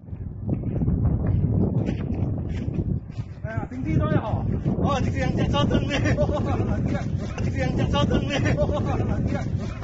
顶哎地多好，哦，这个人家超重的，哈哈哈哈这个人家超重的。哈哈哈哈。